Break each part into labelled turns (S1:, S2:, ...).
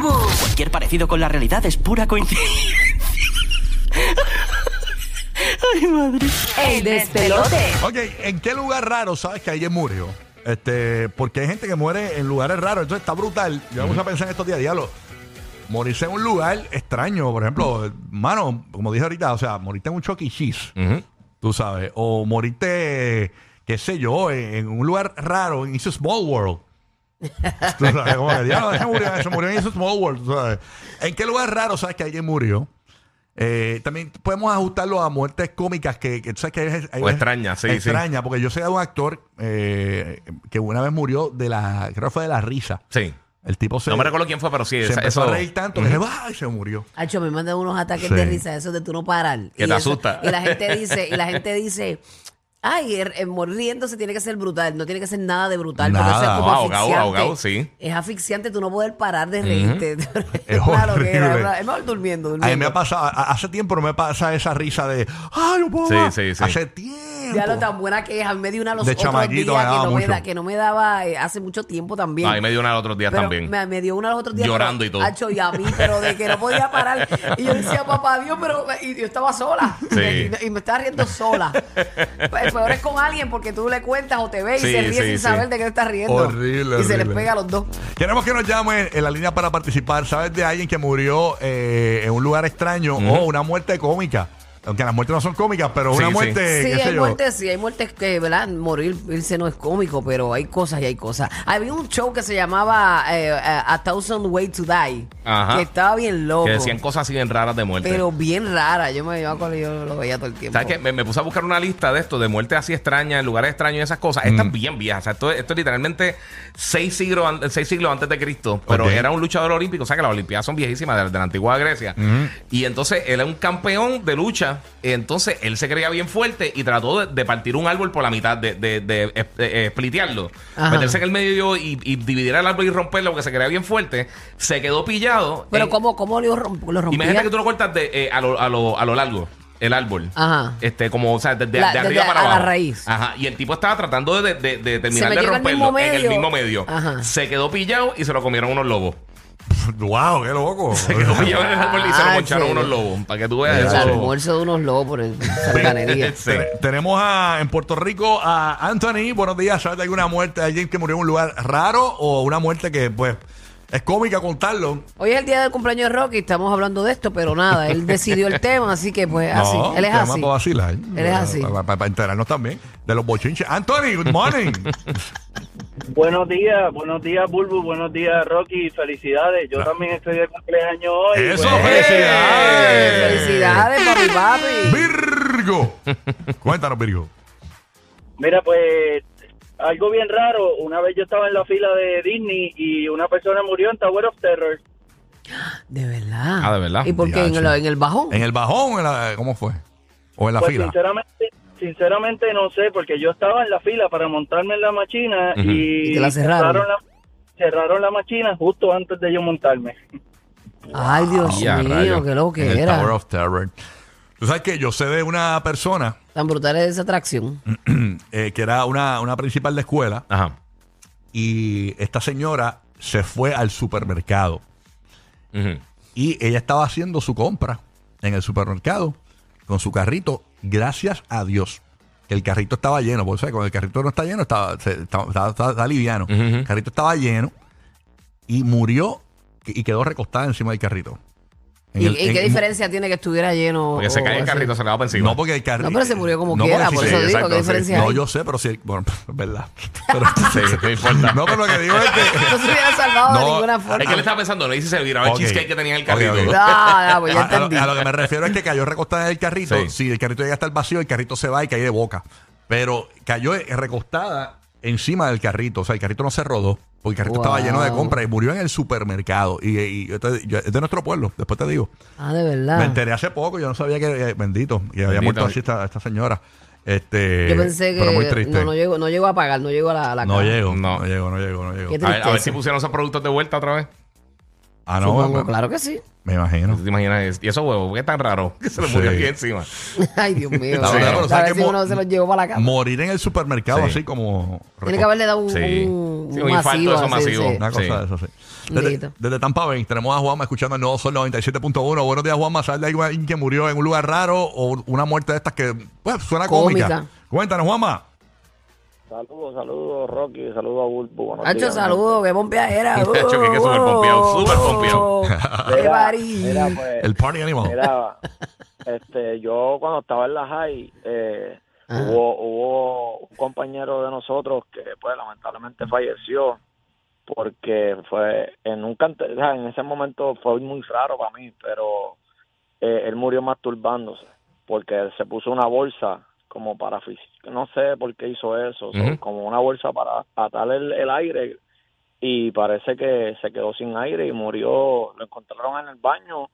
S1: Cualquier parecido con la realidad es pura coincidencia. Ay, madre.
S2: El despelote.
S3: Ok, ¿en qué lugar raro sabes que alguien murió? Este, porque hay gente que muere en lugares raros, entonces está brutal. Yo me puse a pensar en estos días, diablo. Morirse en un lugar extraño, por ejemplo, mano, como dije ahorita, o sea, morirte en un Chuck E. Cheese, tú sabes, o morirte, qué sé yo, en, en un lugar raro, en It's a Small World. Tú sabes, como que, diablo, se murió, se murió en It's a Small World, tú sabes. ¿En qué lugar raro sabes que alguien murió? Eh, también podemos ajustarlo a muertes cómicas que, que tú sabes que hay, hay
S4: O extrañas, sí, sí.
S3: extraña, porque yo sé de un actor eh, que una vez murió de la, creo que fue de la risa.
S4: Sí.
S3: El tipo se,
S4: No me recuerdo quién fue, pero sí.
S3: se
S4: esa-
S3: empezó
S4: eso-
S3: a reír tanto que se va y se murió.
S2: Hacho, me mandan unos ataques
S3: Sí.
S2: de risa, eso de tú no parar.
S4: Que
S2: Y
S4: te
S2: eso-
S4: asusta.
S2: Y la gente dice, y la gente dice, ay, el, el morir riéndose tiene que ser brutal, no tiene que ser nada de brutal, porque eso es
S3: Nada.
S2: como
S4: No, ahogado,
S2: asfixiante.
S4: ahogado, sí.
S2: Es asfixiante tú no poder parar de reírte.
S3: Es
S2: Claro que era,
S3: horrible.
S2: ¿verdad? es mejor durmiendo,
S3: A mí
S2: durmiendo.
S3: me ha pasado, a- hace tiempo no me pasa esa risa de, ¡ay, no puedo
S4: Sí,
S3: más".
S4: sí, sí.
S3: Hace tiempo.
S2: ya lo tan buena que es, a mí me dio una los
S3: De
S2: otros días que
S3: chamaquito me daba
S2: no, me
S3: mucho.
S2: da- que no me daba eh, hace mucho tiempo también.
S4: Ahí me dio una los otros días
S2: Pero
S4: también.
S2: Me, me dio una los otros días.
S4: Llorando
S2: pero,
S4: y todo.
S2: Acho, y a mí, pero de que no podía parar. Y yo decía, papá Dios, pero y yo estaba sola.
S4: Sí.
S2: Y, me- y me estaba riendo sola. Pe- Peor es con alguien porque tú le cuentas o te ves y
S4: Sí,
S2: se ríe
S4: sí, sí.
S2: sin saber de qué te estás riendo.
S3: Horrible,
S2: Y se les
S3: horrible.
S2: pega a los dos.
S3: Queremos que nos llamen en la línea para participar. ¿Sabes de alguien que murió eh, en un lugar extraño o una muerte cómica? Aunque las muertes no son cómicas, pero
S4: Sí,
S3: una
S4: sí.
S3: muerte,
S2: Sí,
S3: Eh, qué sé
S2: hay
S3: yo.
S2: muertes, sí, hay muertes que, ¿verdad? Morir, irse no es cómico, pero hay cosas y hay cosas. Había un show que se llamaba eh, A a Thousand Way to Die,
S4: Ajá.
S2: que estaba bien loco,
S4: Que decían cosas así bien raras de muerte.
S2: pero bien rara. Yo me yo me acuerdo, yo lo veía todo el tiempo.
S4: ¿Sabes qué? Me, me puse a buscar una lista de esto, de muertes así extrañas, en lugares extraños y esas cosas. Estas bien viejas. O sea, esto, esto es literalmente seis siglos, an- seis siglos antes de Cristo. Pero
S3: Ok.
S4: era un luchador olímpico. O sea, que las Olimpiadas son viejísimas de, la- de la antigua Grecia. Y entonces él era un campeón de lucha. Entonces él se creía bien fuerte y trató de, de partir un árbol por la mitad, de, de, de, eh, eh, splitearlo.
S2: Ajá.
S4: Meterse en el medio y, y dividir el árbol y romperlo porque se creía bien fuerte. Se quedó pillado.
S2: Pero
S3: Eh,
S4: en-
S2: ¿cómo, cómo lo, romp- lo rompía?
S4: Imagínate que tú lo cortas de, eh, a, lo, a, lo, a lo largo, el árbol.
S2: Ajá.
S4: Este, como, o sea, desde,
S2: La-
S4: de
S2: desde
S4: arriba para
S2: a la
S4: abajo.
S2: raíz.
S4: Ajá. Y el tipo estaba tratando de, de, de terminar
S2: me
S4: de
S2: llegó al mismo
S4: romperlo en
S2: medio.
S4: el mismo medio.
S2: Ajá.
S4: Se quedó pillado y se lo comieron unos lobos.
S3: ¡Wow, qué loco!
S4: Se quedó pillado en el árbol y se lo
S2: Ah,
S4: poncharon
S2: sí.
S4: unos lobos. Para que tú
S2: El
S4: veas
S3: Oh.
S4: eso.
S2: almuerzo de unos lobos por el sarganería.
S4: Sí.
S3: Ten- Tenemos a, en Puerto Rico a Anthony. Buenos días. ¿Sabes de alguna muerte de alguien que murió en un lugar raro o una muerte que, pues, es cómica contarlo?
S2: Hoy es el día del cumpleaños de Rocky, estamos hablando de esto, pero nada, él decidió el tema, así que pues así,
S3: No,
S2: él es
S3: te llaman
S2: así.
S3: para vacilar.
S2: Él es así.
S3: Para, para- para enterarnos también de los bochinches. Anthony, good morning.
S5: Buenos días, buenos días, Bulbu, buenos días, Rocky, felicidades. Yo también estoy de cumpleaños hoy.
S3: Ah.
S5: pues,
S3: ¡Eso,
S5: Bueno,
S3: felicidades!
S2: Eh, Felicidades, papi, papi.
S3: Virgo. Cuéntanos, Virgo.
S5: Mira, pues algo bien raro. Una vez yo estaba en la fila de Disney y una persona murió en Tower of Terror.
S2: De verdad.
S4: Ah, de verdad.
S2: ¿Y por qué en el, en el bajón?
S3: ¿En el bajón? en la- ¿Cómo fue? ¿O en la
S5: pues
S3: fila?
S5: sinceramente, sinceramente no sé, porque yo estaba en la fila para montarme en la máquina
S4: Ujú.
S5: y,
S2: Y te la cerraron.
S5: la, cerraron la máquina justo antes de yo montarme.
S2: Ay, Dios
S4: Ya,
S2: mío,
S4: rayos.
S2: qué loco
S3: En
S2: que
S3: el Tower
S2: era.
S3: of Terror. Tú sabes que yo sé de una persona
S2: Tan brutal es esa atracción.
S3: eh, que era una, una principal de escuela
S4: Ajá.
S3: y esta señora se fue al supermercado
S4: Ujú.
S3: y ella estaba haciendo su compra en el supermercado con su carrito, gracias a Dios. que El carrito estaba lleno, porque ¿sabes? cuando el carrito no está lleno, está, se- está- está- está- está liviano.
S4: Ujú.
S3: El carrito estaba lleno y murió y quedó recostada encima del carrito. En
S2: ¿Y,
S3: el-
S2: y
S3: en-
S2: qué diferencia tiene que estuviera lleno?
S4: Porque se
S2: o
S4: cae el
S2: así?
S4: carrito, se le va para encima.
S3: No, porque el carrito.
S2: Oh, No, pero se murió como
S3: no,
S2: quiera,
S3: porque
S2: por
S3: si-
S2: eso
S4: sí,
S2: digo,
S4: exacto,
S2: ¿qué
S4: sí.
S2: diferencia
S3: No,
S2: hay?
S3: yo sé, pero sí. Bueno, es verdad. Pero,
S4: Sí, no importa.
S3: No, pero lo que digo es
S2: No
S3: que.
S2: se hubiera salvado de
S3: No,
S2: ninguna
S4: Es que
S2: forma.
S4: él estaba pensando, no hice se viraba el
S3: Ok.
S4: cheesecake que tenía en el
S3: Ok,
S4: carrito.
S3: ok.
S2: No, no, pues ya
S3: A, a lo,
S2: entendí.
S3: a lo que me refiero es que cayó recostada en el carrito.
S4: Sí.
S3: Si el carrito llega hasta el vacío, el carrito se va y cae de boca. Pero cayó recostada encima del carrito. O sea, el carrito no se rodó. Porque el carrito
S2: Wow.
S3: estaba lleno de compras y murió en el supermercado. Y, y yo te- yo- este es de nuestro pueblo, después te digo.
S2: Ah, de
S3: Me
S2: verdad.
S3: enteré hace poco, yo no sabía que, eh, bendito, que había
S4: Bendito.
S3: muerto así esta, esta señora. Este,
S2: Yo pensé
S3: Pero muy
S2: que
S3: triste.
S2: no, no llego, no llego a pagar, no llego a la, a la
S3: No
S2: caja.
S3: llego,
S4: No.
S3: no llego, no llego, no llego.
S2: Qué
S4: A ver, a ver
S2: tristeza.
S4: si pusieron esos productos de vuelta otra vez.
S3: Ah, no,
S2: Supongo,
S3: bueno.
S2: claro que sí.
S3: Me imagino.
S4: ¿Tú te imaginas? eso? Y esos huevos, qué tan raro que se le murió
S3: Sí.
S4: aquí encima.
S2: Ay, Dios mío.
S3: La verdad, pero
S2: a
S3: ¿sabes
S2: ver
S3: qué
S2: si
S3: mo-
S2: uno se los llevó para la casa.
S3: Morir en el supermercado
S4: Sí.
S3: así como...
S2: Tiene que haberle dado un,
S4: Sí.
S2: un-
S4: Sí,
S2: un
S4: un infarto de esos masivos.
S2: sí.
S3: Una cosa
S4: Sí.
S3: de eso, sí. Desde,
S2: Lindo.
S3: desde Tampa Bay tenemos a Juanma escuchando el nuevo Sol 97.1. Buenos días, Juanma. ¿Sabes de alguien que murió en un lugar raro o una muerte de estas que pues, suena cómica?
S2: Cómica.
S3: Cuéntanos, Juanma.
S5: Saludos, saludos, Rocky, saludos a Bulbo. buenos
S2: Hacho,
S5: días,
S2: saludos, qué pompeadera.
S4: Hacho, que- que súper pompeado, súper pompeado.
S5: Mira,
S2: Qué varí.
S5: mira, pues,
S3: El Party Animal.
S5: Mira, este, yo cuando estaba en la high, eh,
S2: Ajá.
S5: hubo, hubo un compañero de nosotros que, pues, lamentablemente falleció porque fue en un cante, o sea, en ese momento fue muy raro para mí, pero eh, él murió masturbándose porque él se puso una bolsa como para, fis- no sé por qué hizo eso, o sea,
S4: Ujú.
S5: como una bolsa para atar el, el aire y parece que se quedó sin aire y murió, lo encontraron en el baño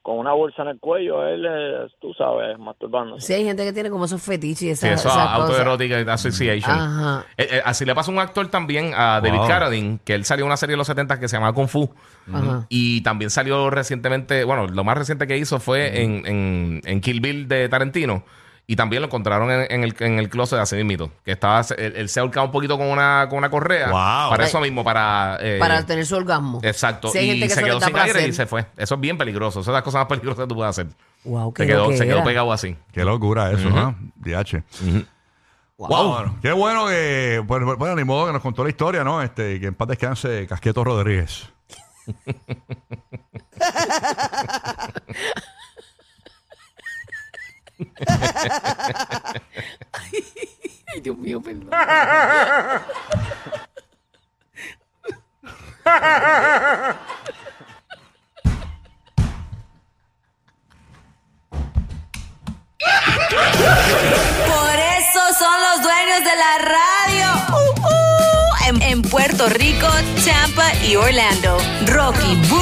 S5: con una bolsa en el cuello, él, eh, tú sabes, masturbándose.
S2: Sí, hay gente que tiene como esos fetiches y
S4: Sí,
S2: esas,
S4: eso
S2: esas cosas.
S4: autoerótica y association.
S2: Ajá.
S4: Eh, eh, así le pasó a un actor también, a David
S3: Wow.
S4: Carradine, que él salió en una serie de los 70 que se llamaba Kung Fu.
S2: Ajá.
S4: Y también salió recientemente, bueno, lo más reciente que hizo fue en, en- en Kill Bill de Tarantino. Y también lo encontraron en, en el, en el closet así mismito. Que estaba, él, él se ahorcaba un poquito con una, con una correa.
S3: Wow.
S4: Para
S2: Ay.
S4: eso mismo, para... eh,
S2: Para tener su orgasmo.
S4: Exacto.
S2: Sí, hay gente
S4: y
S2: que
S4: se
S2: eso le
S4: quedó
S2: da
S4: sin aire
S2: placer.
S4: y se fue. Eso es bien peligroso. Esa es la cosa más peligrosa que tú puedes hacer.
S2: Wow, qué
S4: Se quedó,
S2: loquera.
S4: se quedó pegado así.
S3: Qué locura eso, ¿no? DH.
S2: Wow.
S3: Wow. bueno, qué bueno que, bueno, bueno, ni modo que nos contó la historia, ¿no? Este, que en paz descanse Casqueto Rodríguez.
S2: Ay, Dios mío, perdón.
S6: Por eso son los dueños de la radio. Uh, uh. En, en Puerto Rico, Tampa y Orlando. Rocky, Burbu